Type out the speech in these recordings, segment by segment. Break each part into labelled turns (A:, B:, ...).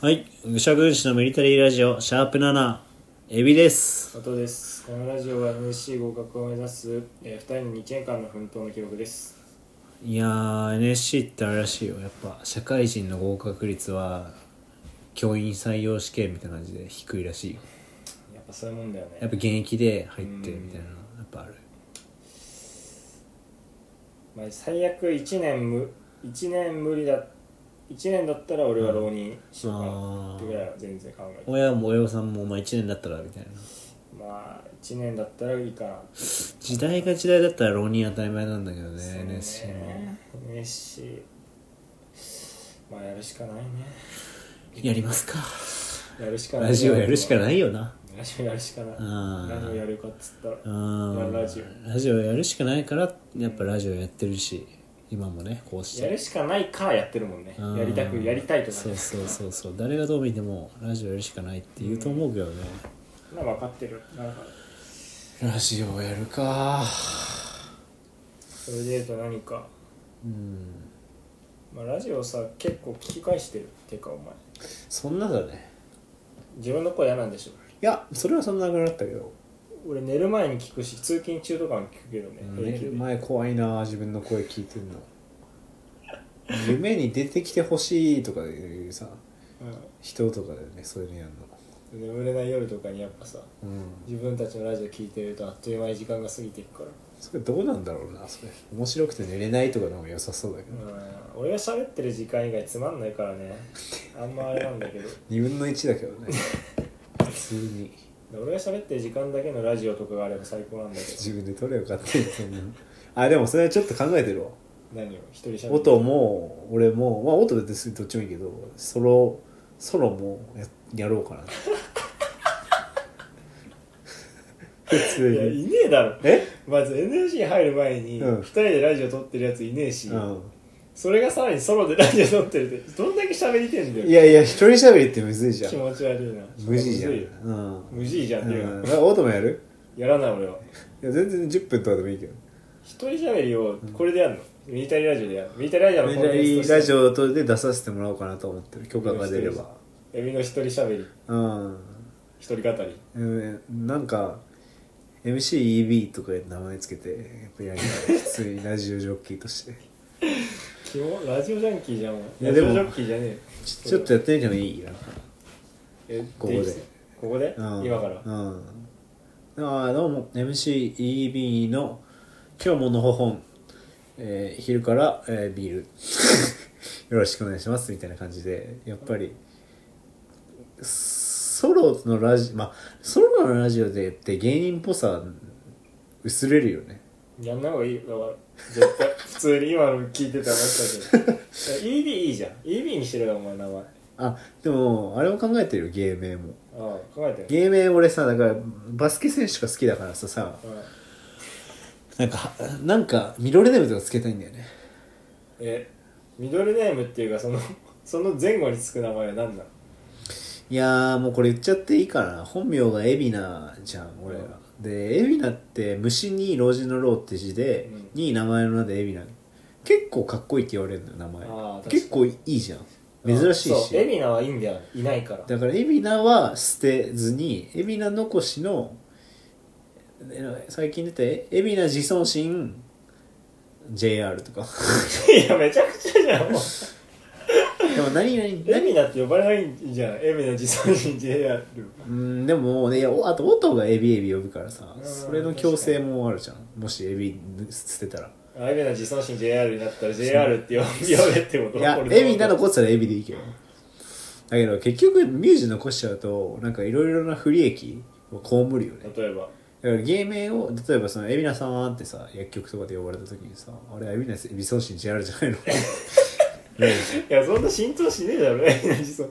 A: はい。愚者軍師のミリタリーラジオ、シャープ7、エビです。
B: 佐藤ですこのラジオは NSC 合格を目指す、えー、2人の2年間の奮闘の記録です
A: いやー、NSC ってあれらしいよ。やっぱ、社会人の合格率は、教員採用試験みたいな感じで低いらしいよ。
B: やっぱそういうもんだよね
A: やっぱ現役で入ってみたいな、やっぱある。
B: まあ、最悪1年無一年無理だ1年だったら俺は浪人しようかなってぐらいは全然考えて
A: 親も親御さんも、まあ1年だったら、みたいな。
B: まあ1年だったらいいかなって
A: 時代が時代だったら浪人当たり前なんだけどね、
B: そう
A: NSC も。
B: NSC まあやるしかないね
A: やりますか。
B: やるしかない
A: ラジオやるしかないよな。
B: ラジオやるしかない
A: うん
B: 何をやるかっつったら
A: うん
B: ラジ
A: ラジオやるしかないからやっぱラジオやってるし今もねこうし
B: やる
A: て
B: しかないからやってるもんね
A: うん
B: やりたくやりたいとか
A: そうそうそうそう誰がどう見てもラジオやるしかないって言うと思うけどね、
B: まあ分かってるなんか
A: ラジオやるか
B: それで言うと何か、
A: うん
B: まあ、ラジオさ結構聞き返してるっていうかお前
A: そんなだね
B: 自分の声嫌なんでしょ
A: いやそれはそんななくなったけど
B: 俺寝る前に聞くし通勤中とかも聞くけどね
A: 寝る
B: で
A: 前怖いな自分の声聞いてるの夢に出てきてほしいとかいうさ人とかだよねそういうのやるの
B: うん、眠れない夜とかにやっぱさ
A: うん
B: 自分たちのラジオ聞いてるとあっという間に時間が過ぎていくか
A: それどうなんだろうなそれ面白くて寝れないとかの方が良さそうだけど
B: ら、うん、俺が喋ってる時間以外つまんないからねあんまあれなんだけど
A: 2分の1だけ どね普通に
B: 俺が喋ってる時間だけのラジオとかがあれば最高なんだ けど
A: 自分で撮れよかってそんなあでもそれはちょっと考えてるわ
B: 何を一人喋って
A: 音も俺もまあ音別にどっちもいいけどソロソロもややろう かな普
B: いや
A: 通に
B: いねえだろ
A: え
B: まず NSC 入る前に
A: うん
B: 2人でラジオ撮ってるやついねえし、
A: う
B: それがさらにソロでラジオ撮ってるってどんだけ喋りてんだ
A: ん
B: よ
A: いやいや一人喋りってむずいじゃ
B: 気
A: ん
B: 持ち悪いな
A: 無事じゃん
B: むずいよ
A: うん
B: 無事じゃんっていうの、
A: うん、音もやる
B: やらない俺はい
A: や全然10分とかでもいいけど
B: 一人喋りをこれでやるの、ミリタリーラジオでやるミリタリーラジオの
A: メ
B: コ
A: ジ
B: ン
A: ャ
B: テン
A: ー
B: ツ
A: ラ
B: とし
A: ジ
B: て
A: オ等で出させてもらおうかなと思ってる許可が出れば
B: エビの一人喋り
A: うん、
B: 一人語り
A: うん、なんか MCEB とか名前つけてやっぱやり たい普通にラジオジョッキーとして
B: キモラジオジャンキーじゃんもう
A: いや
B: ラジ
A: でも
B: オジョッキーじゃねえよ
A: ちちょっとやってみてもいいなんか
B: え
A: ここで
B: いつここで、
A: うん、
B: 今から、
A: うんあーどうも MCEB の「今日ものほほん」えー昼から、えービール よろしくお願いしますみたいな感じでやっぱりソロのラジまあソロのラジオでって芸人っぽさ薄れるよね
B: やんない方がいいよだから絶対普通に今の聞いてた ら思ったけど EB いいじゃん EB にしてるよお前名前あ
A: あでもあれも考えてるよ芸名も
B: あ考えてる
A: 芸名俺さだからバスケ選手が好きだからささ
B: うん
A: なんかなんかミドルネームとかつけたいんだよね
B: えミドルネームっていうかその その前後につく名前は何なの
A: いやーもうこれ言っちゃっていいかな本名が海老名じゃん俺ら、で海老名って虫に老人の老って字で、
B: うん
A: に名前の名で海老名結構かっこいいって言われるのよ名前
B: あー確かに
A: 結構いいじゃん珍しい
B: そうエ
A: し
B: ビナはいいんだよいないから
A: だから海老名は捨てずに海老名残しのえ最近出て海老名自尊心 JR と か
B: いやめちゃくちゃじゃんもう
A: でも何々
B: エ
A: 何
B: ビナって呼ばれないんじゃんエビナ自尊心 JR
A: うんでもねいやおあと音がエビエビ呼ぶからさ
B: うん
A: それの強制もあるじゃんもしエビ捨てたら
B: あエビナ自尊心 JR になったら JR って呼び呼べってこと
A: いや
B: 俺の
A: エビな残ってたらエビでいいけどだけど結局ミュージ残しちゃうとなんかいろいろな不利益を被るよね
B: 例えば
A: だから芸名を例えばその「海老名さん」ってさ薬局とかで呼ばれた時にさあれ海老名エビ送信 JR じゃないの
B: いやそんな浸透しねえだろエビナ自 尊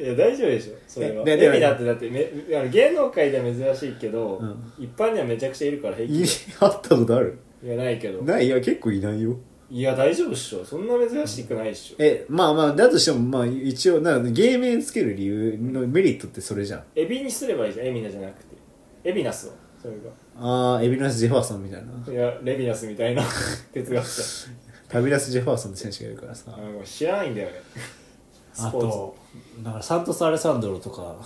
B: いや大丈夫でしょそれは
A: で
B: エ
A: で
B: ビナってだってめあの芸能界では珍しいけど、
A: うん
B: 一般にはめちゃくちゃいるから平 気
A: いあったことある
B: いやないけど
A: ないいや結構いないよ
B: いや大丈夫っしょそんな珍しくないっしょ
A: えまあまあだとしてもまあ一応なんか芸名つける理由のメリットってそれじゃん
B: エビにすればいいじゃんエミナじゃなくてエビナスをそれが
A: ああエビナス・ジェファーソンみたいない
B: やレビナス みたいな哲学者
A: タビラス・ジェファーソンって選手がいるからさ
B: あの知らないんだよねス
A: あ
B: ポー
A: とだからサントス・アレサンドロとか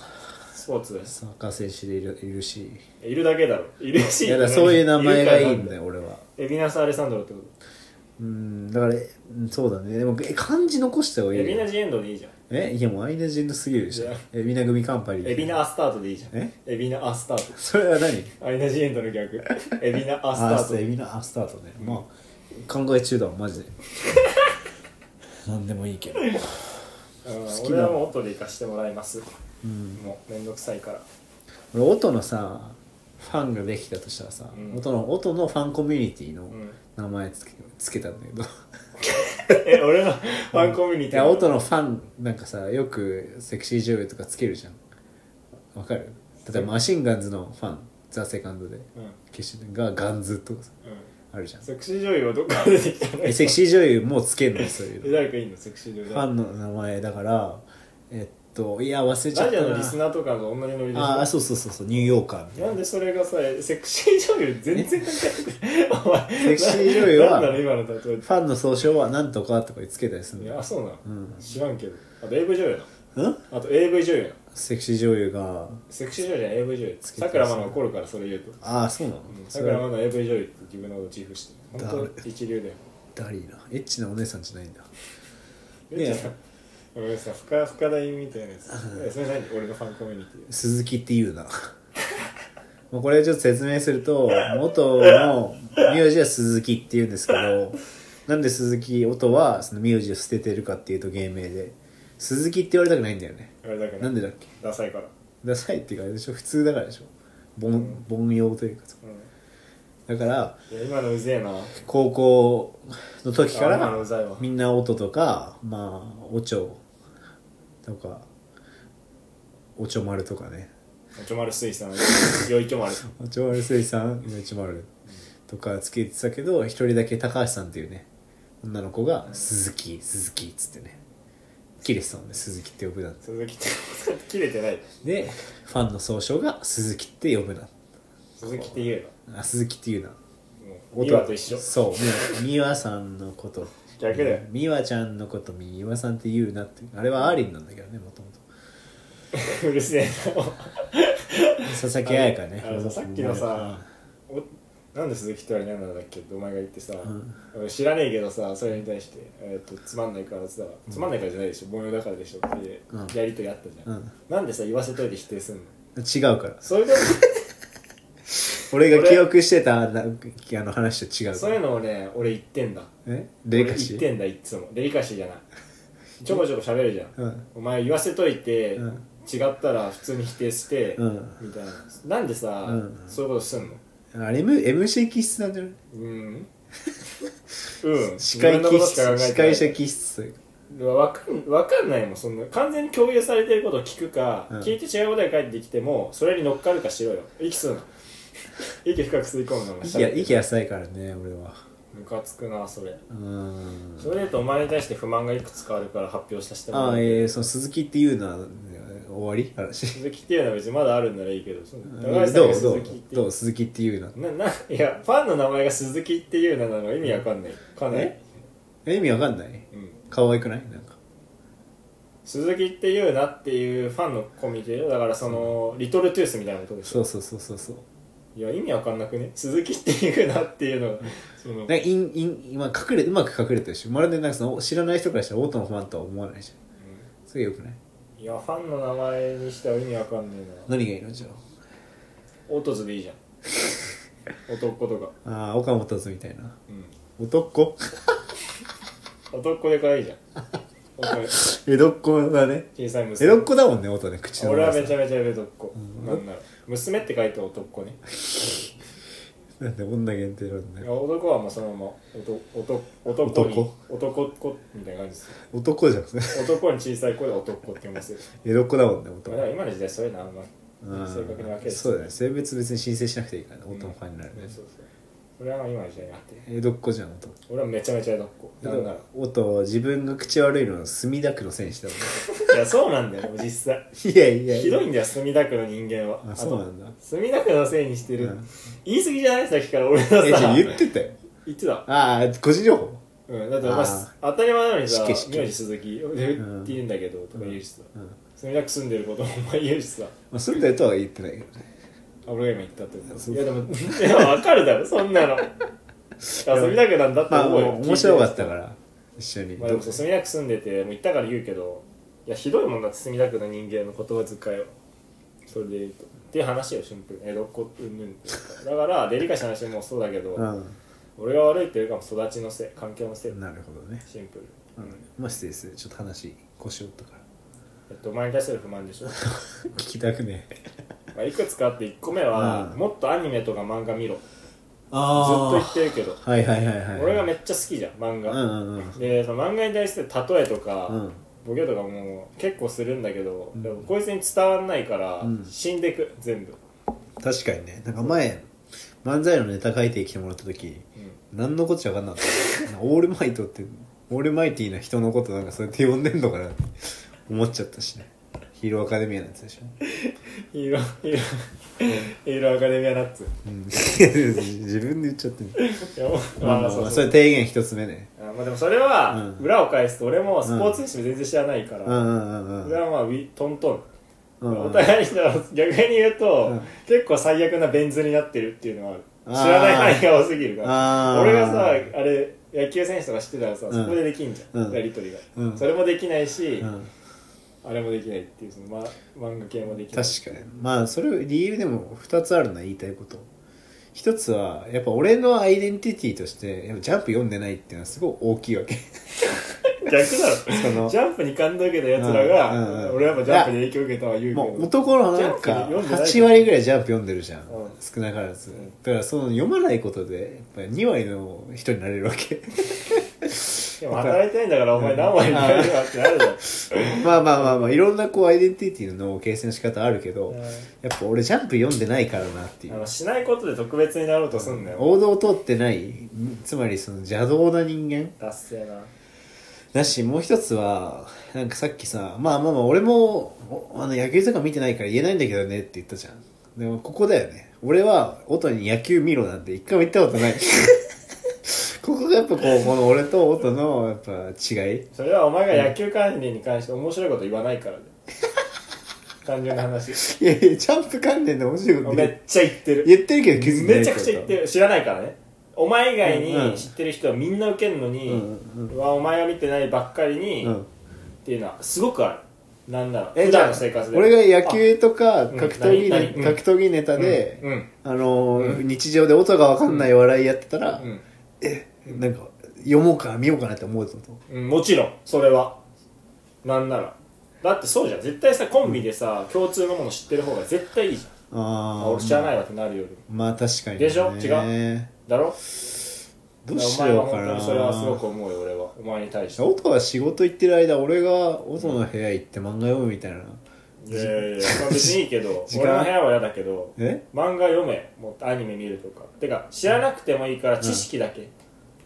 B: スポーツ
A: サッカー選手でいるいるし
B: いるだけだろいるし
A: いやだからそういう名前がいいんだ
B: よ
A: よ俺は
B: エビナス・アレサンドロってこ
A: うんだからうんそうだねでもえ漢字残した方
B: と
A: がい
B: エビ
A: い
B: ナ・
A: よ
B: ジ・エンドでいいじゃん
A: えいやもうアイナジンのすぎるでしょ
B: いや
A: エビナ組カンパニー
B: エビナ・アスタートでいいじゃん
A: え
B: エビナ・アスター
A: それは何
B: トアイナ・ジ・エンドの 逆エビナ・アスタ
A: あ
B: ート
A: エビナあスタートねまあ考え中だわマ ジで何でもいいけど
B: うん
A: 好き
B: 俺
A: だ
B: はもう音で行かしてもらいます
A: うん
B: もうめんどくさいから
A: 俺音のさファンができたとしたらさ、
B: うん
A: 音の音のファンコミュニティの
B: うん
A: 名前つけつけたんだけど
B: え俺のファンコミュニ
A: い
B: ティ
A: や音のファンなんかさよくセクシー女優とかつけるじゃんわかる例えばマシンガンズのファンザ・セカンドで
B: うんうん
A: 決してがガンズとかさあるじゃん
B: セクシー女優はどっから出てきたの
A: えセクシー女優もつけんのそういう
B: え
A: の
B: 誰かいいのセクシー女優
A: ファンの名前だからえっといや忘れちゃっ
B: ラジ
A: た
B: オ
A: な
B: のリスナーとかが同じノリでしょ
A: ああそうそうそうそうニューヨーカーみたいな
B: なんでそれがさセクシー女優全然関係ないお
A: セ
B: 前
A: クシー女優は
B: ななんなの今の例
A: ファンの総称はなんとかとかにつけたりする
B: え
A: ん
B: い
A: だ
B: や
A: よ
B: あそうなの、
A: うん
B: 知らんけどあと AV 女優
A: うん
B: なあと AV 女優な
A: セクシー女優が
B: セクシー女優じゃない AV 女優
A: つけて
B: さくらまの怒るからそれ言うと
A: ああそうなのそ
B: さく
A: れ
B: らま
A: は
B: の AV 女優って自分のこと自負してる
A: だ
B: 本当一流だよ
A: ダリーなエッチなお姉さんじゃないんだねえ
B: えっちゃんごめんなさい深深田みたいなやつえそれ何俺のファンコミュニティ
A: 鈴木って言うな もうこれちょっと説明すると元の名字は鈴木って言うんですけどなんで鈴木音はその名字を捨ててるかっていうと芸名で鈴木って言われたくないんだよね
B: あれだけど
A: なんでだっけ
B: ダサいから
A: ダサいっていうかあれでしょ普通だからでしょ凡
B: ん
A: 凡庸というかさ
B: う
A: だ
B: ん
A: から
B: いや今のうぜえな
A: 高校の時か
B: あ今のう
A: ら
B: ざいわ
A: みんな音とかまあおちょとかおちょ丸とかね
B: おちょまる水産よいちょまる
A: おちょ丸水産今ち丸とかつけてたけど一人だけ高橋さんっていうね女の子が「鈴木鈴木」っつってねキレてたもんね鈴木って呼ぶなって
B: 鈴木って切れてない
A: でファンの総称が「鈴木って呼ぶな
B: 鈴木って言え
A: あ鈴木っていうな
B: ばもう岩と一緒
A: そうもう美和さんのこと
B: 逆だよ
A: 美和ちゃんのこと美和さんって言うなってあれはアーリンなんだけどねもともと
B: うるせえ
A: 佐々木彩香ね
B: あのささっきのさなおなんで鈴木ってあれなんなんだっけってお前が言ってさ、
A: ん
B: 俺知らねえけどさそれに対して、えーと「つまんないから」っつったら「つまんないからじゃないでしょ凡庸だからでしょ」って
A: うん
B: やりとりあったじゃ
A: う
B: ん、
A: ん
B: なんでさ言わせといて否定すんの
A: 違うから
B: そういうこ
A: 俺が記憶してたなあの話と違う
B: と
A: か
B: そうい
A: ら
B: うのをね俺言ってんだ
A: えデリカ
B: 俺
A: シ
B: 言っ
A: ー
B: てんだいっつもデリカシーじゃないちょこちょこ喋るじゃん、
A: うん
B: お前言わせといて、
A: うん
B: 違ったら普通に否定して、
A: うん
B: みたいななんでさ、
A: うん
B: そういうことすんの
A: あれ M- MC 気質なんじゃない
B: うん うん
A: 司会
B: 自分の
A: 気
B: ことし
A: 質
B: か考えてない
A: 司会者気質というか
B: わかんわかんないもんそんな完全に共有されてることを聞くか、
A: うん
B: 聞いて違うことが返ってきてもそれに乗っかるかしろよ息吸うの 息深く吸い込むのも
A: 息が息浅いからね俺は
B: ムカつくなそれ
A: うーん
B: それで言うとお前に対して不満がいくつかあるから発表させてもら
A: あ
B: う
A: あえー、その鈴木っていうのは終わり話
B: 鈴木っていうのは別にまだあるんならいいけどその
A: ど
B: 高橋
A: う
B: さんが
A: ど
B: 鈴
A: う
B: 木ってい
A: どう
B: う
A: 鈴木っていうの
B: なないやファンの名前が鈴木っていう名なのは意味わかんないかなり
A: え、え意味わかんない
B: うん、
A: 可愛くないなんか
B: 鈴木っていうなっていうファンのコミュニティだよだからそのリトルトゥースみたいなことでしょ
A: そうそうそうそうそう
B: いや意味わかんなくね鈴木っていうなっていうのがその
A: なんかインイン今隠れうまく隠れてるしまるでなんかその知らない人からしたらオートのファンとは思わないじゃんそれよくない
B: いやファンの名前にしては意味わかんねえな
A: 何がいいのじゃ
B: オートズでい いじゃん男とか
A: あああ岡本図みたいな
B: うん
A: 男
B: 男でかいいじゃん男
A: 江戸っ子だね
B: 小さい
A: 江
B: 娘
A: 戸っ子だもんね音ね口の
B: 俺はめち
A: 長
B: ゃめちゃ江戸っ子、
A: ん
B: なんなら娘って書いて男ね
A: さなんで女限定なんだよ
B: 男はもうそのまま男男男に
A: 男
B: 男っ子みたいな感じですよ
A: 男じゃん
B: 男に小さい声で男っ子って言いますよ
A: 江戸っ子だもんね
B: だ
A: 音
B: から今の時代そういうのあんま
A: うん
B: 正確に分ける
A: そうだね性別別に申請しなくていいからね音のファンになるね
B: うんそうそうそれは今の時代になってる
A: 江戸っ子じゃん音
B: 俺はめちゃめちゃ江戸っ子なんな
A: 音自分が口悪いのは墨田区の選手だもん
B: らいやそうなんだよ実際
A: ね いやいや
B: ひどいんだよ墨田区の人間は
A: あそうなんだ
B: あと墨田区のせいにしてる、
A: うん
B: 言い過ぎじゃないさっきから俺の
A: えじゃあ
B: さ
A: 言ってたよ
B: 言ってた
A: ああ個人情報
B: うん、だってお前
A: あ
B: 当たり前なのに
A: し
B: さ
A: けしけ
B: 名字鈴木でって言うんだけどとか言うしさ
A: うんま
B: 墨田区住んでることもお前言うしさ
A: あ、住んでるとは言ってないけどね
B: あ俺が今言ったってこと
A: そう
B: いやでもいや分かるだろそんなのいや墨田区なんだって
A: まあ
B: 思うよ
A: 面白かったから一緒に、
B: まあでもそう墨田区住んでてもう行ったから言うけどいやひどいもんだって墨田区の人間の言葉遣いはそれで言うとっていう話よシンプルに江戸っ子うんぬんっていうかだからデリカシーの話もそうだけど、俺が悪いっていうかも育ちのせい環境のせい
A: うんなるほどね、
B: シンプル
A: うん、まあ失礼するちょっと話腰折ったから
B: えっとお前に対する不満でしょ
A: 聞きたくね
B: まあいくつかあって1個目は、
A: うん
B: もっとアニメとか漫画見ろずっと
A: あ
B: 言ってるけど
A: とはいはいはいはい
B: 俺がめ
A: っ
B: っちゃ好きじゃん漫
A: うん
B: 画、
A: うんうん
B: でその漫画に対して例えとか、
A: うん
B: ボケとかも結構するんだけど、
A: うん
B: でもこいつに伝わんないから、
A: うん
B: 死んでく全部、
A: 確かにねなんか前漫才のネタ書いてきてもらった時
B: うん
A: 何のこっちゃ分かんなかった オールマイトってオールマイティーな人のことなんかそうやって呼んでんのかなって思っちゃったしねヒーローアカデミアのやつでしょ、
B: ヒーローヒーローヒーローアカデミアナッツ
A: うん自分で言っちゃってる
B: いやもう
A: まあまあ
B: あー
A: ま
B: そ
A: あ
B: う
A: そ
B: そ
A: れ
B: う
A: 提言一つ目ね
B: あまあでもそれは
A: うん
B: 裏を返すと俺もスポーツ選手全然知らないか
A: う
B: ら、
A: んうんうんうん
B: 俺はまあウィトントン
A: うんう
B: お
A: ん
B: 互いに逆に言うと、
A: うん
B: 結構最悪なベン図になってるっていうのはあ
A: あ
B: る
A: ー
B: 知らない範囲が多すぎるから
A: あー
B: 俺がさあれ野球選手とか知ってたらさ、
A: うん
B: そこでできんじゃん、
A: うん
B: やり取りが、
A: うん
B: それもできないし、
A: うん
B: あれもできないっていうその、ま、漫画系もできない
A: 確かにまあそれ理由でも2つあるな言いたいこと一つはやっぱ俺のアイデンティティとしてやっぱジャンプ読んでないっていうのはすごい大きいわけ
B: 逆だ
A: そ
B: ろ
A: の
B: ジャンプに感動を受けたやつら
A: うんうんう
B: が、
A: ん
B: 俺はやっぱジャンプに影響を受けたは言うけど、
A: もう男のなんか
B: ジャンプ読んでない
A: 8割ぐらいジャンプ読んでるじゃん、
B: うん
A: 少なからず
B: ん
A: だからその読まないことでやっぱり2割の人になれるわけ
B: でも働いてないんだからお前何割になるわってなるだろ、
A: まあまあまあまあいろんなこうアイデンティティの形成の仕方あるけど、
B: うん
A: やっぱ俺ジャンプ読んでないからなってい
B: あ
A: う
B: のしないことで特別になろうとすんなよ
A: 王道を通ってないつまりその邪道な人間
B: 達成な
A: だしもう一つはなんかさっきさまあまあまあ俺もおあの野球とか見てないから言えないんだけどねって言ったじゃんでもここだよね俺は音に野球見ろなんて一回も言ったことない ここがやっぱこうこの俺と音のやっぱ違い
B: それはお前が野球関連に関して面白いこと言わない からで単純な話
A: いやいやジャンプ関連で面白いこと
B: め
A: 言
B: っ
A: う
B: ちゃ言ってる
A: 言ってるけど気づいてない
B: めちゃくちゃ言ってる知らないからねお前以外
A: うんうん
B: に知ってる人はみんな受けるのに、
A: うんうん
B: うわお前が見てないばっかりに、
A: う
B: っ
A: ん
B: ていうのはすごくあるなんなら
A: え
B: 普段の生活でも
A: 俺が野球とか格闘技,、
B: うん何何
A: 格闘技ネ
B: あ
A: タで、
B: うんうん
A: あのー日常で音が分かんない笑いやってたら、
B: うん
A: えなんか読もうか見ようかなって思うってこと
B: うんもちろんそれはなんならだってそうじゃん絶対さコンビでさ、共通のもの知ってる方が絶対いいじゃん
A: あ
B: あ
A: あ
B: 俺知らないわってなるより
A: まあ確かに、ね、
B: でしょ違
A: う
B: だろ
A: どうしよう
B: お
A: か
B: 前は本当
A: な
B: にそれはすごく思うよ俺はお前に対して
A: 音が仕事行ってる間俺が音の部屋行って漫画読むみたいな、
B: いやいやいやまあ別にいいけど
A: 時間
B: 俺の部屋は嫌だけど
A: え
B: 漫画読めもっとアニメ見るとかてか知らなくてもいいから知識だけ、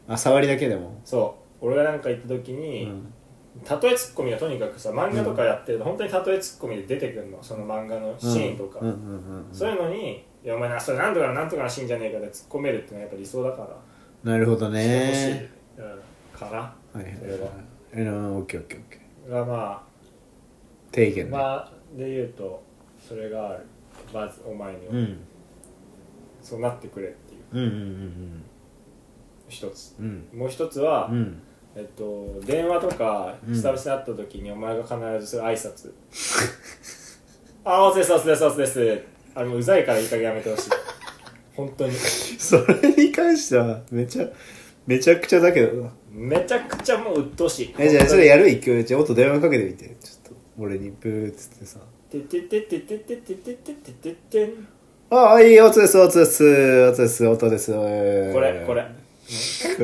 A: あ触りだけでも、
B: そう俺がなんか行った時
A: う
B: に、
A: ん、
B: 例えツッコミがとにかくさ漫画とかやってると本当に例えツッコミで出てくるのその漫画のシーンとか、
A: うんうんうんうん
B: そういうのに「いやお前なそれなんとかのなんとかのシーンじゃねえか」で突っ込めるってのはやっぱ理想だから
A: なるほど
B: してほしい
A: ね、
B: うん、から
A: はいはい
B: それは
A: えーオッケーオッケーオッケー
B: がま
A: 提
B: あ
A: 言ね、
B: まあで言うとそれがあるまずお前には、
A: うん、
B: そうなってくれっていう
A: うんうんうん
B: 一つ
A: うんうん
B: もう一つは、
A: うん
B: えっと、電話とか
A: うん
B: 久々に会った時にお前が必ずする挨拶ああお疲れ様ですお疲れ様ですあれもううざいからいい加減やめてほしい本当に
A: それに関してはめちゃめちゃくちゃだけどな
B: めちゃくちゃもう鬱陶しい
A: えじゃあそれやる勢いじゃあ音電話かけてみてちょっと俺にブーっつってさ
B: ててててててててててててん
A: ああ、いい、音です、音です、音です、音です。こ
B: これこれ。本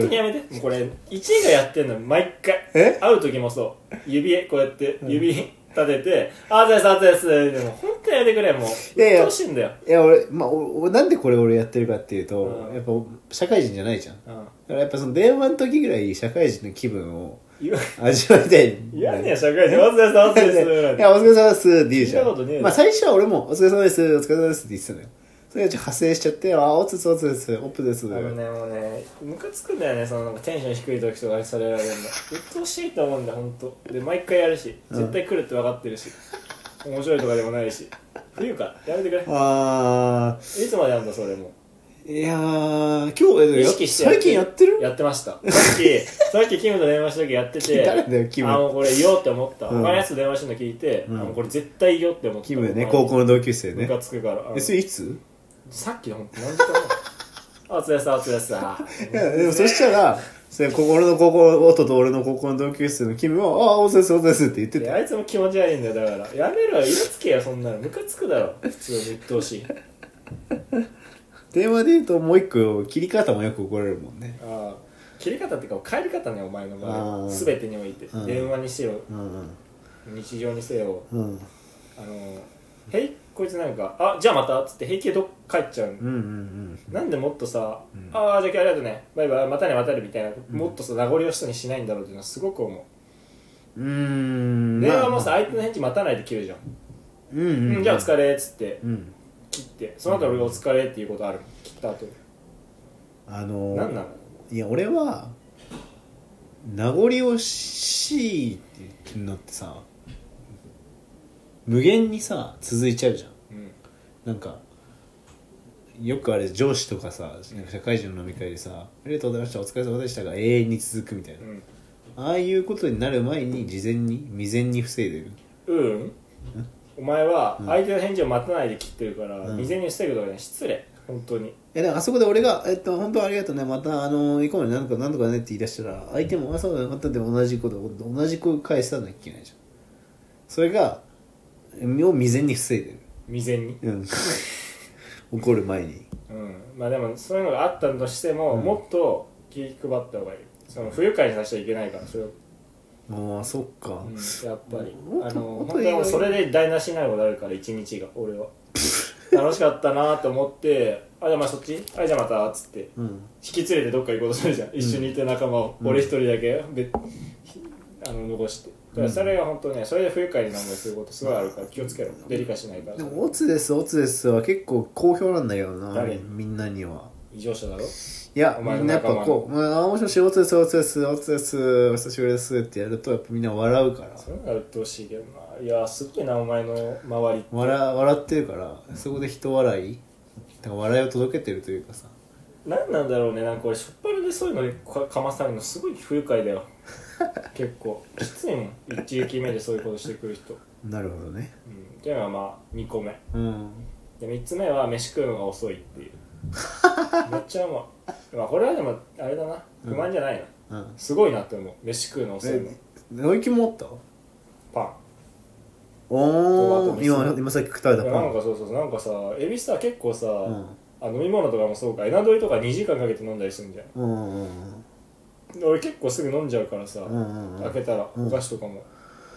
B: 当にやめてもうこれ1位がやってんの毎回
A: え
B: 会う時もそう指こうやって指立てて「あーですあーです」でも本当にやめてくれ
A: い
B: もう
A: やい
B: 鬱
A: や
B: 陶しいんだよ
A: いや、俺、まあ、おおなんでこれ俺やってるかっていうと、
B: うん
A: やっぱ、社会人じゃないじゃん。だ
B: うん
A: からやっぱその電話の時ぐらい社会人の気分を
B: 言わ
A: 味わいたい。
B: 言わねえよ社会人「あーですあーです」ぐらい
A: いや、お疲れ様ですって言うじゃ
B: 聞いたことねえ
A: ん。
B: な
A: まあ、最初は俺も、お疲れ様です、お疲れ様ですって言ってたのよ。それがちょっと派生しちゃってあおつつおつつおっぷです
B: あのねもうねムカつくんだよねそのなんかテンション低い時とかにそれやられるの鬱陶しいと思うんだよほんとで毎回やるし絶対来るって分かってるし、面白いとかでもないしっていうかやめてくれ
A: ああ
B: いつまでやんだそれも
A: いやー今日え
B: 意識して
A: 最近やってる
B: やってましたさっき さっきキムと電話した時やってて
A: 誰だよキム
B: あもうこれ言おうって思った、
A: うん
B: 他のやつと電話してるの聞いて、
A: うん
B: あもうこれ絶対言おうって思った
A: キムね高校の同級生
B: ム
A: ね
B: カつくから、あの
A: えそれいつ
B: さっきのほんと何時間 前あつやさあつや さ
A: いやでもそしたらそれ心の高校音と俺の高校の同級生のキムは「ああおつですおつです」って言って
B: い
A: た
B: やあいつも気持ち悪いんだよだからやめろよ色つけよそんなのムカつくだろ普通に鬱陶しい
A: 電話で言うともう一個切り方もよく怒られるもんね
B: ああ切り方っていうか帰り方ねお前の場
A: あ
B: 合
A: あ
B: 全てにおいて、
A: うん
B: 電話にせよ
A: うんうん
B: 日常にせよ
A: うん
B: あの「へいこいつなんかあじゃあまた」っつって平気でどっか帰っちゃう、
A: うんうん
B: なんでもっとさ「
A: うん
B: ああじゃあ今日ありがとうねバイバイまたねまたね」みたいな、もっとさ名残惜しそうにしないんだろうっていうのはすごく思
A: うんうー
B: うん電話もさ
A: まあ
B: 相手の返事待たないで切るじゃん
A: うんう
B: 「
A: ん
B: うん、じゃあお疲れ」っつって
A: うん
B: 切ってその後俺が「お疲れ」っていうことあるもん切った後
A: あのー
B: なんなの
A: いや俺は名残惜しいっていうのってさ無限にさ続いちゃうじゃん
B: うん
A: なんかよくあれ上司とかさなんか社会人の飲み会でさ「ありがとうございましたお疲れ様でした」が永遠に続くみたいな
B: うん
A: ああいうことになる前に事前に未然に防いでる
B: うんお前は相手の返事を待たないで切ってるから、
A: うん
B: 未然に防ぐとかね失礼本当に
A: えだからあそこで俺が「えっと本当ありがとうねまたあの行こうねなんとかなんとかね」って言い出したら相手も「あそうだねまた」で同じこと同じ声返さなきゃいけないじゃんそれがえを未然に防いでる
B: 未然に
A: うん怒る前に
B: うんまあでもそういうのがあったとしても、
A: うん
B: もっと気配った方がいいその不愉快にさせちゃいけないからそれを、
A: ああそっか、
B: うん、やっぱり
A: もっ
B: あ
A: と
B: の
A: もっ
B: 本
A: と
B: 当に
A: いいよ
B: 俺それで台無しになることあるから一日が 俺は楽しかったなと思ってあじゃあまあそっちあじゃあまたっつって
A: うん
B: 引き連れてどっか行こうとするじゃん、一緒にいて仲間を、
A: うん
B: 俺一人だけ別あの残してだからそれが本当ねそれで不愉快にな思いすることすごいあるから気をつけろデリカしないから
A: でも「オツですオツです」は結構好評なんだけどな
B: 誰
A: みんなには
B: 異常者だろ
A: いや
B: お
A: み
B: 前の
A: んなやっぱ
B: 仲間
A: こう「まあもしもしオツですオツですオツですお久しぶりです」ってやるとやっぱみんな笑うから
B: それが鬱陶しいけどないやすごいなお前の周り
A: 笑笑ってるからそこで人笑いだから笑いを届けてるというかさ
B: 何なんだろうねなんか俺しょっぱなでそういうのにかかまされるのすごい不愉 快だよ結構きついもん一撃目でそういうことしてくる人、
A: なるほどね
B: うん、っていうのがまあ2個目
A: うん
B: で3つ目は飯食うのが遅いっていう めっちゃうまい、まあ、これはでもあれだな
A: うん
B: 不満じゃないな、
A: うん
B: すごいなって思う飯食うの遅いの
A: えどういう気もあった
B: パン
A: お
B: トマト
A: お
B: 味噌
A: 今今さっき食った
B: い
A: パ
B: やなん
A: ン
B: かそうそうそうなんかさエビさ結構さ、
A: うん
B: あ飲み物とかもそうかエナドリとか2時間かけて飲んだりするんじゃん
A: うんうん
B: で俺結構すぐ飲んじゃうからさ、
A: うんうんうん
B: 開けたら
A: うん
B: お菓子とかも、だか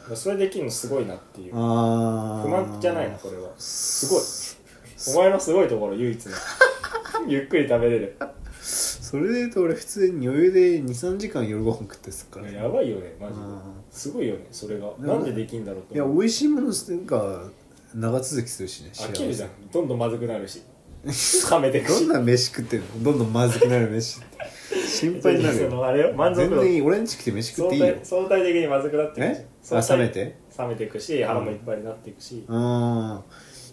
B: らそれできるのすごいなっていう
A: ああ
B: 不満じゃないなこれは
A: す
B: すごいお前のすごいところ唯一の ゆっくり食べれる
A: それで言うと俺普通に余裕で23時間夜ご飯食ってたからね
B: やばいよねマジで
A: うん
B: すごいよねそれが
A: も
B: なんでできんだろう
A: い
B: と
A: や
B: 思う
A: 美味しいものが長続きするしね
B: 飽きるじゃ
A: ん
B: んどんどんまずくなるし 冷めてく
A: ど
B: し
A: んな飯食ってんのどんどんまずくなる飯っ て心配になる
B: そ
A: よ
B: のあれよ満足
A: 全
B: 度
A: 然いい俺んち来て飯食っ
B: 相
A: ていいよ
B: 対相対的にまずくなってくる
A: えあ冷めて
B: 冷めていくし腹もいっぱいになっていくし、
A: うん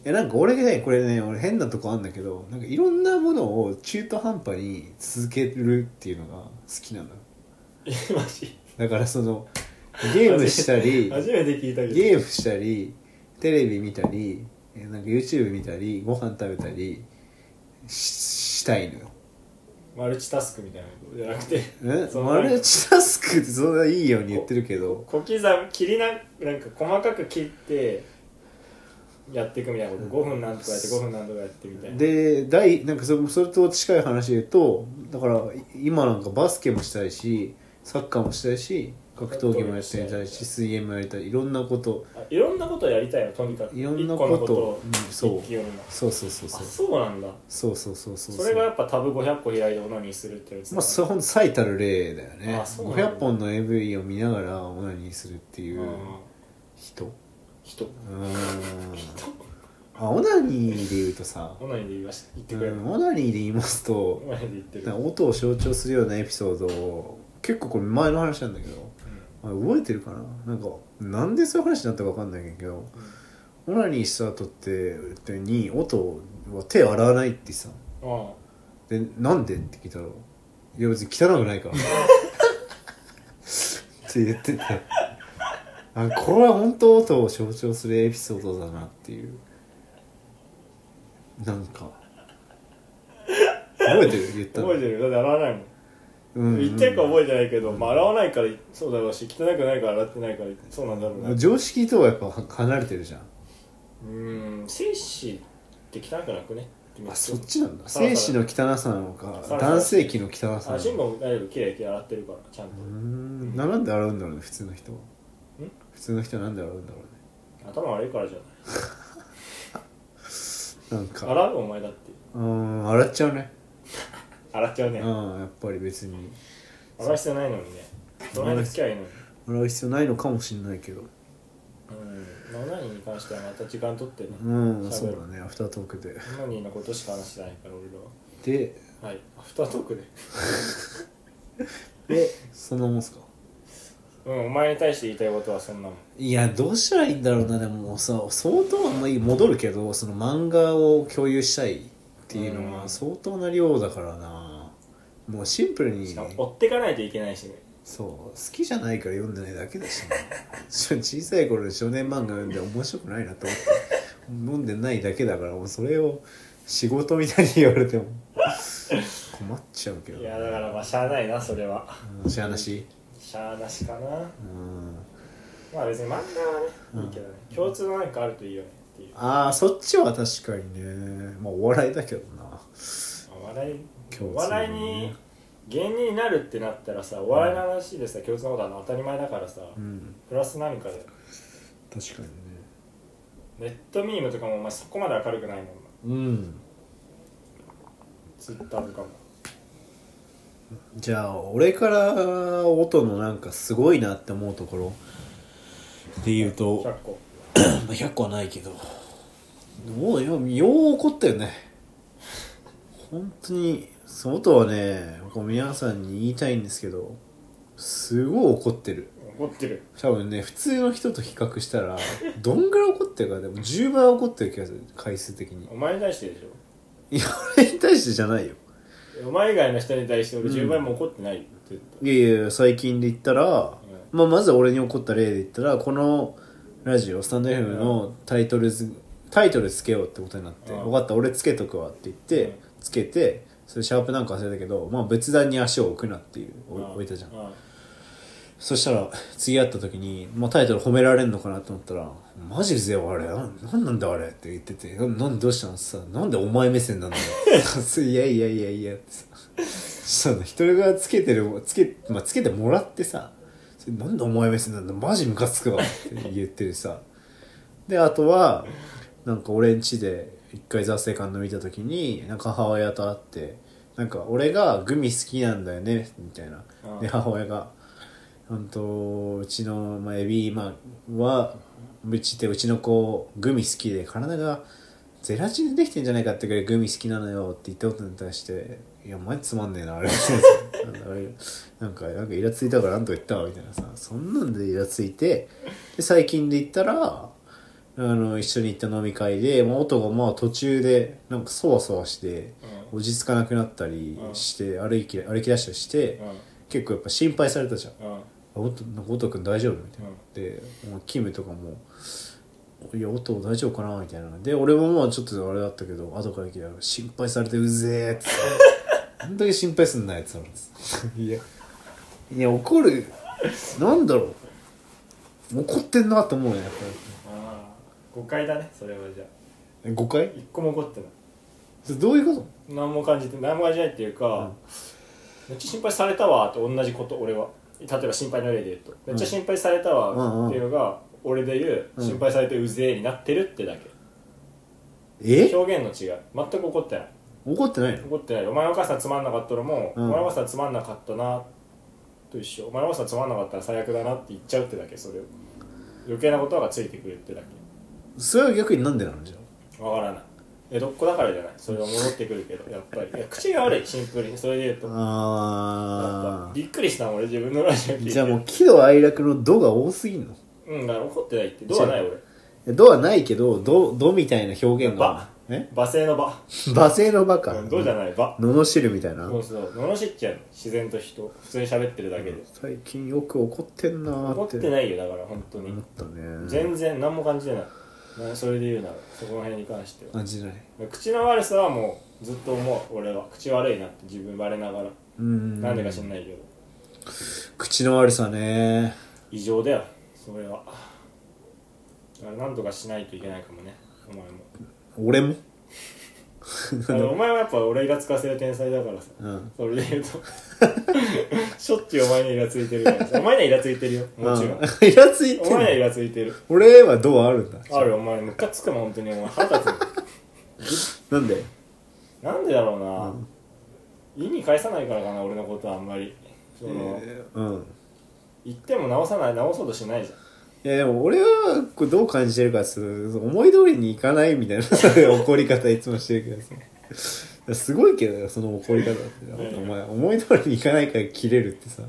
A: いやなんか俺ねこれね俺変なとこあんだけどなんかいろんなものを中途半端に続けるっていうのが好きなの
B: マジ
A: だからそのゲームしたり
B: 初めて聞いたけど
A: ゲームしたりテレビ見たりえなんか YouTube 見たりご飯食べたりししたいのよ
B: マルチタスクみたいなことじゃなくて
A: え
B: そう
A: マルチタスクってそんないいように言ってるけど
B: 小刻み切りななんか細かく切ってやっていくみたいなこと、5分なんとかやって5分なんとかやってみたいな
A: で第なんかそそれと近い話で言うとだからい今なんかバスケもしたいしサッカーもしたいし格闘技もやってみたいし水泳もやりたいいろんなこと
B: あいろんなことやりたいよとにかく
A: いろんな
B: 一
A: こ
B: 個
A: と
B: のことを
A: うんそう
B: 一気読むの
A: そうそうそう
B: あ
A: そう
B: そうなんだ
A: そうそうそうそう
B: それがやっぱタブ500個開いてオナニーするってやつ
A: まあそれほんと最たる例だよね
B: あそうなんだ
A: 500本の AV を見ながら オナニーするっていううん人
B: 人
A: うーんあオナニーで言うとさ、
B: オナニーで言わし言って
A: う
B: くれる
A: ん、オナニーで言いますと
B: オナニーで言ってる
A: なんか音を象徴するようなエピソードを結構これ前の話なんだけどあ覚えてるかななんかなんでそういう話になったか分かんないけどオナニーした後ってってに音は手洗わないってさ
B: うんあ
A: でなんでって聞いたら「いや別に汚くないから」って言っててあこれは本当音を象徴するエピソードだなっていうなんか覚えてる言っ
B: あ
A: たの
B: 覚えてるだって洗わないもん
A: うん
B: 言ってるか覚えてないけど、まあ、洗わないからそうだろうし汚くないから洗ってないからそうなんだろうな
A: もう常識とはやっぱ離れてるじゃん
B: うん精子って汚くなくね
A: あそっちなんだ
B: そう
A: 精子の汚さなのか
B: そう
A: 男性器の汚さな
B: あ
A: のか
B: シンも大丈夫綺麗に洗ってるからちゃんと
A: うーんなんで洗うんだろうね普通の人は普通の人はなんで洗うんだろうね
B: 頭悪いからじゃない
A: なんか
B: 洗うお前だって
A: うーん洗っちゃうね
B: 洗っちゃうね
A: うんやっぱり別に
B: 洗う必要ないのにねどない付き合いいのに
A: 洗う必要ないのかもしれないけど
B: うんオナニーに関してはまた時間取ってね
A: うん
B: 喋
A: そ
B: る
A: うだねアフタートークで
B: オナニーのことしか話してないから俺らは
A: で
B: はいアフタートークで
A: でそんなもんすか
B: うんお前に対して言いたいことはそんなもん
A: いやどうしたらいいんだろうなでもさ相当あんまり戻るけどその漫画を共有したいっていうの
B: う
A: は
B: ん
A: 相当な量だからなもうシンプルに
B: しかも追ってかないといけないしね
A: そう好きじゃないから読んでないだけだしね 小さい頃の少年漫画読んで面白くないなと思って読んでないだけだからもうそれを仕事みたいに言われても困っちゃうけど
B: いやだからまあしゃあないなそれは
A: うんしゃあなし
B: しゃあなしかな
A: うん
B: まあ別に漫画は
A: うん
B: ねいいけどね共通のなんかあるといいよねっていう
A: ああそっちは確かにねまあお笑いだけどな
B: お笑い
A: 共通のね
B: お笑いに芸人になるってなったらさお笑いの話でさ共通のことは当たり前だからさ
A: うん
B: プラスなんかで
A: 確かにね
B: ネットミームとかもお前そこまで明るくないもんな
A: うん
B: ツイッターとかも
A: じゃあ俺から音のなんかすごいなって思うところで言うと
B: 100個
A: まあ100個はないけどもうよよう怒ったよね本当にその音はねこう皆さんに言いたいんですけどすごい怒ってる
B: 怒ってる
A: 多分ね普通の人と比較した らどんぐらい怒ってるかでも10倍怒ってる気がする回数的に
B: お前に対してでしょ
A: いや俺に対してじゃないよ
B: えお前以外の人に対して俺
A: うん
B: 10倍も怒ってないよ絶対
A: いやいや最近で言ったら、
B: う
A: まあ、まず俺に起こった例で言ったらこのラジオスタンド FM のタイトルずタイトルつけようってことになって「
B: うん
A: 分かった俺つけとくわ」って言って、
B: うん
A: つけてそれシャープなんか忘れたけど、まあ、仏壇に足を置くなっていうお
B: う
A: 置いたじゃん
B: う
A: そしたら次会った時に、まあ、タイトル褒められるのかなと思ったら「マジでよあれなんなんなんだあれ」って言ってて「ななんでどうしたの?」ってさ「なんでお前目線なんだよ」 いやいやいやいや」ってさその一人がつけてるつけ,、まあ、つけてもらってさ「それなんでお前目線なんだマジムカつくわ」って言ってるさであとはなんか俺ん家で一回雑誌館飲みた時になんか母親と会ってなんか俺がグミ好きなんだよねみたいな
B: うん
A: で母親がうんとうちの、まあ、エビまあはうちってうちの子グミ好きで体がゼラチンでできてんじゃないかってくらいグミ好きなのよって言ったことに対して「いやお前つまんねえなあれ」なんかあれなんかなんかイラついたからなんとか言ったわみたいなさそんなんでイラついてで最近で言ったらあの一緒に行った飲み会で、まあ、音がまあ途中でなんかそわそわして
B: う
A: 落ち着かなくなったりして歩き歩き出したりして。
B: ん
A: 結構やっぱ心配されたじゃん
B: うんうん
A: 「おとなんか音くん大丈夫?」みたいな
B: うん
A: でもうキムとかも「いや音大丈夫かな?」みたいなで俺もまあちょっとあれだったけど後から聞いたら「心配されてうぜえ」って 「あんだけ心配すんなやつら」いやいや怒るなんだろう怒ってんなと思うねやっ
B: ああ誤解だねそれはじゃあ
A: ぱり誤解
B: 一個も怒ってない
A: それどういうこと
B: 何も感じて何も感じないっていうか、めっちゃ心配されたわと同じこと俺は例えば心配の例で言うとめっちゃ心配されたわっていうのが、俺で言う、
A: うん
B: 心配されてうぜえになってるってだけ
A: え
B: 表現の違い全く怒ってない
A: 怒ってないの
B: 怒ってないお前のお母さんつまんなかったらもう、
A: うん
B: お前のお母さんつまんなかったなと一緒お前のお母さんつまんなかったら最悪だなって言っちゃうってだけそれを余計なことがついてくるってだけ
A: それは逆になんでなのじゃあ
B: わからない江戸っ子だからじゃないそれは戻ってくるけどやっぱりいや口が悪いシンプルにそれで言うとやっ
A: あ
B: ぱびっくりしたもん俺自分のラジオ聞い
A: ー
B: て
A: じゃあもう喜怒哀楽の「度が多すぎんの
B: うんだから怒ってないってどうはない俺
A: 度はないけど「度」度みたいな表現が
B: バ
A: え
B: 罵声の場
A: 罵声のバカ
B: うんどうじゃない場
A: 罵るみたいな、
B: そうそう罵っちゃうの自然と人普通に喋ってるだけで
A: 最近よく怒ってんな
B: 怒
A: ー
B: っ
A: って
B: てないよだから本当に
A: 思ったね
B: 全然何も感じてないなそれで言うならそこの辺に関しては
A: 感じない
B: 口の悪さはもうずっと思う俺は口悪いなって自分バレながら
A: うん
B: なんでか知んないけど
A: 口の悪さね
B: 異常だよそれはだから何とかしないといけないかもねお前も
A: 俺も
B: だからお前はやっぱ 俺イラつかせる天才だからさ
A: うん
B: それで言うと しょっちゅうお前にイラついてるからさお前にはイラついてるよもちろ
A: うん
B: ん
A: イラついて
B: お前にはイ
A: る
B: ラついてる
A: 俺はどうあるんだ
B: あるお前ムカつくもん本当にお前腹立
A: なんで
B: つ なんでだろう
A: う
B: な、
A: ん
B: 意に返さないからかな俺のことはあんまりその、
A: えーうん
B: 言っても直さない直そうとしないじゃん
A: いやでも俺はこれどう感じてるかっつうと思い通りにいかないみたいな 怒り方いつもしてるけどさいやすごいけどよその怒り方って
B: ええ
A: お前思い通りにいかないから切れるってさ
B: い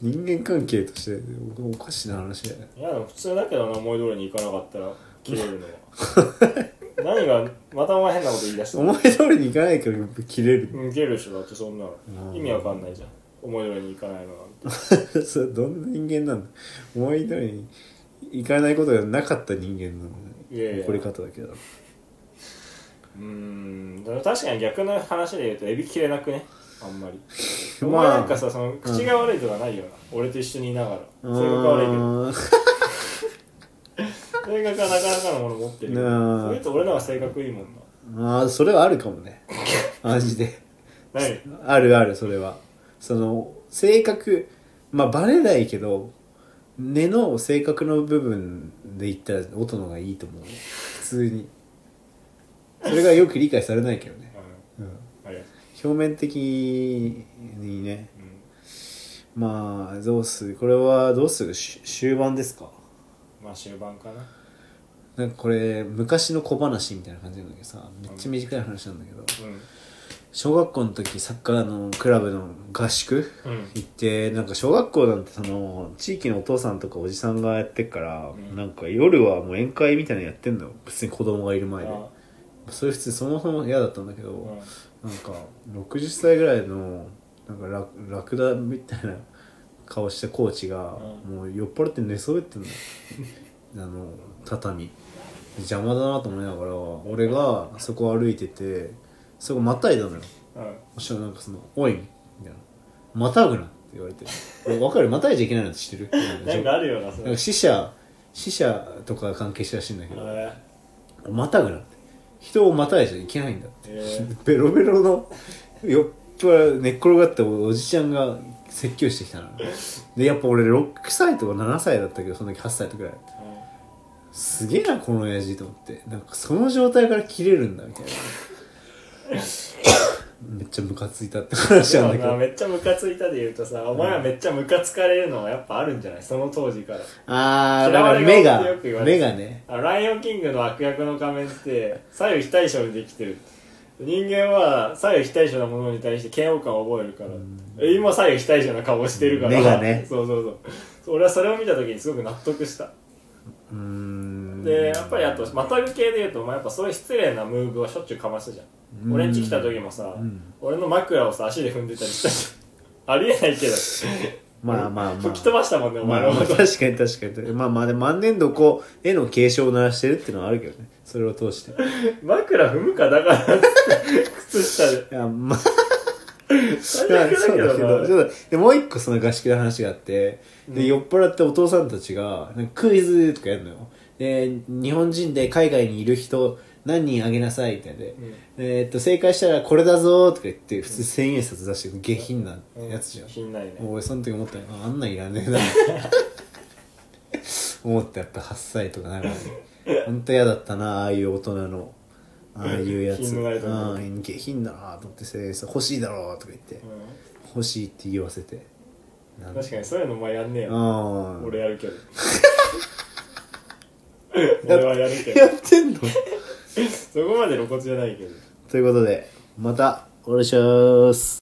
A: 人間関係としておかしな話だよ
B: やでも普通だけどな思い通りにいかなかったら切れるのは 何がまたお前変なこと言い出した
A: 思い通りにいかないから切れる
B: うん切れるでしょだってそんな
A: う
B: の
A: ん
B: 意味わかんないじゃん思い通りにいかないのなんて
A: それどんな人間なんだ思い通りにいかないことがなかった人間の
B: いやいや
A: 怒り方だけど
B: うーんでも確かに逆の話で言うとエビ切れなくねあんまり
A: まあ
B: お前なんかさその口が悪いとかないよな、俺と一緒にいながら性格悪いけど
A: うーん
B: 性格はなかなかのもの持ってるよ
A: なあ
B: それ言うと俺の方が性格いいもんな
A: ああそれはあるかもねマジで
B: 何
A: あるあるそれはその性格まあバレないけど根の性格の部分で言ったら音の方がいいと思う普通にそれがよく理解されないけどね、うん、
B: あありがと
A: 表面的にね
B: う、うん
A: まあどうするこれはどうするし終盤ですか
B: まあ終盤かな
A: なんかこれ昔の小話みたいな感じなんだけどさめっちゃ短い話なんだけど
B: う
A: 小学校の時サッカーのクラブの合宿
B: んうん
A: 行ってなんか小学校なんてその地域のお父さんとかおじさんがやってっから、
B: うん
A: なんか夜はもう宴会みたいなのやってんのよ普通に子供がいる前で
B: あ
A: それ普通にそもそも嫌だったんだけど、
B: うん
A: なんか60歳ぐらいのなんかララクダみたいな顔したコーチが、
B: うん
A: もう酔っ払って寝そべって んのあの畳邪魔だなと思いながら俺がそこを歩いててそこまたいだのよ
B: うん
A: そしたらなんかその「おい」みたいな「またぐな」って言われて「えわかるまたいじゃいけないのって知ってる?」
B: なんかあるよな
A: な
B: そ
A: ん
B: れ
A: か死者死者とかが関係したらしいんだけど
B: え
A: 「またぐな」って人をまたいじゃいけないんだって
B: え
A: ベロベロの酔っ払い寝っ転がったおじちゃんが説教してきたなでやっぱ俺6歳とか7歳だったけどその時8歳とかぐらいすげえなこの親父と思ってなんかその状態から切れるんだみ たいなめっちゃムカついたって話なんだけ
B: でもな
A: ど
B: めっちゃムカついたで言うとさお前はめっちゃムカつかれるのはやっぱあるんじゃないその当時から
A: あー
B: 嫌
A: だか
B: わ
A: ら
B: れ
A: 目
B: 顔っ
A: が
B: てよく言われ
A: 目
B: る
A: がね
B: あのライオンキングの悪役の仮面って左右非対称にできてる人間は左右非対称なものに対して嫌悪感を覚えるからえ今左右非対称な顔してるから
A: 目がね
B: そうそうそう俺はそれを見た時にすごく納得した
A: うーん
B: でやっぱりあとまたぐ系でいうとお前やっぱそういう失礼なムーブはしょっちゅうかますじゃん、
A: うん
B: 俺ん家来た時もさ、
A: うん
B: 俺の枕をさ足で踏んでたりしたじゃん ありえないけど
A: まあまあま
B: 吹き飛
A: あ
B: ばしたもんねお
A: ま
B: 前
A: あ、
B: の
A: まあ、
B: こと、
A: 確かに確かにまあまあでも万年度こう絵の継承を鳴らしてるっていうのはあるけどねそれを通 して
B: 枕踏むかだから靴下 で
A: いやまあ
B: 最悪だ
A: そ
B: け
A: うだ
B: ど
A: け
B: な
A: どそうだでもう一個その合宿の話があって、
B: う
A: で
B: ん
A: 酔っ払ってお父さんたちがなんかクイズとかやるのよで日本人で海外にいる人何人あげなさいみたいで、
B: うん
A: えーっと正解したらこれだぞーとか言って普通千円札出して下品なやつじゃん、
B: 品ないね
A: もう俺その時思ったよああんなんいらねえな 思ったやっぱ8歳とかなるからほんと嫌だったなああいう大人のああいう やつ
B: 品のないところ
A: うん下品だなと思って千円札欲しいだろうとか言って、
B: う
A: 欲しいって言わせて
B: ん、確かにそういうのお前やんねえ
A: に
B: よ
A: あ
B: 俺やるけど俺はやるけど
A: やってんの
B: そこまで露骨じゃないけど
A: ということでまたお願いします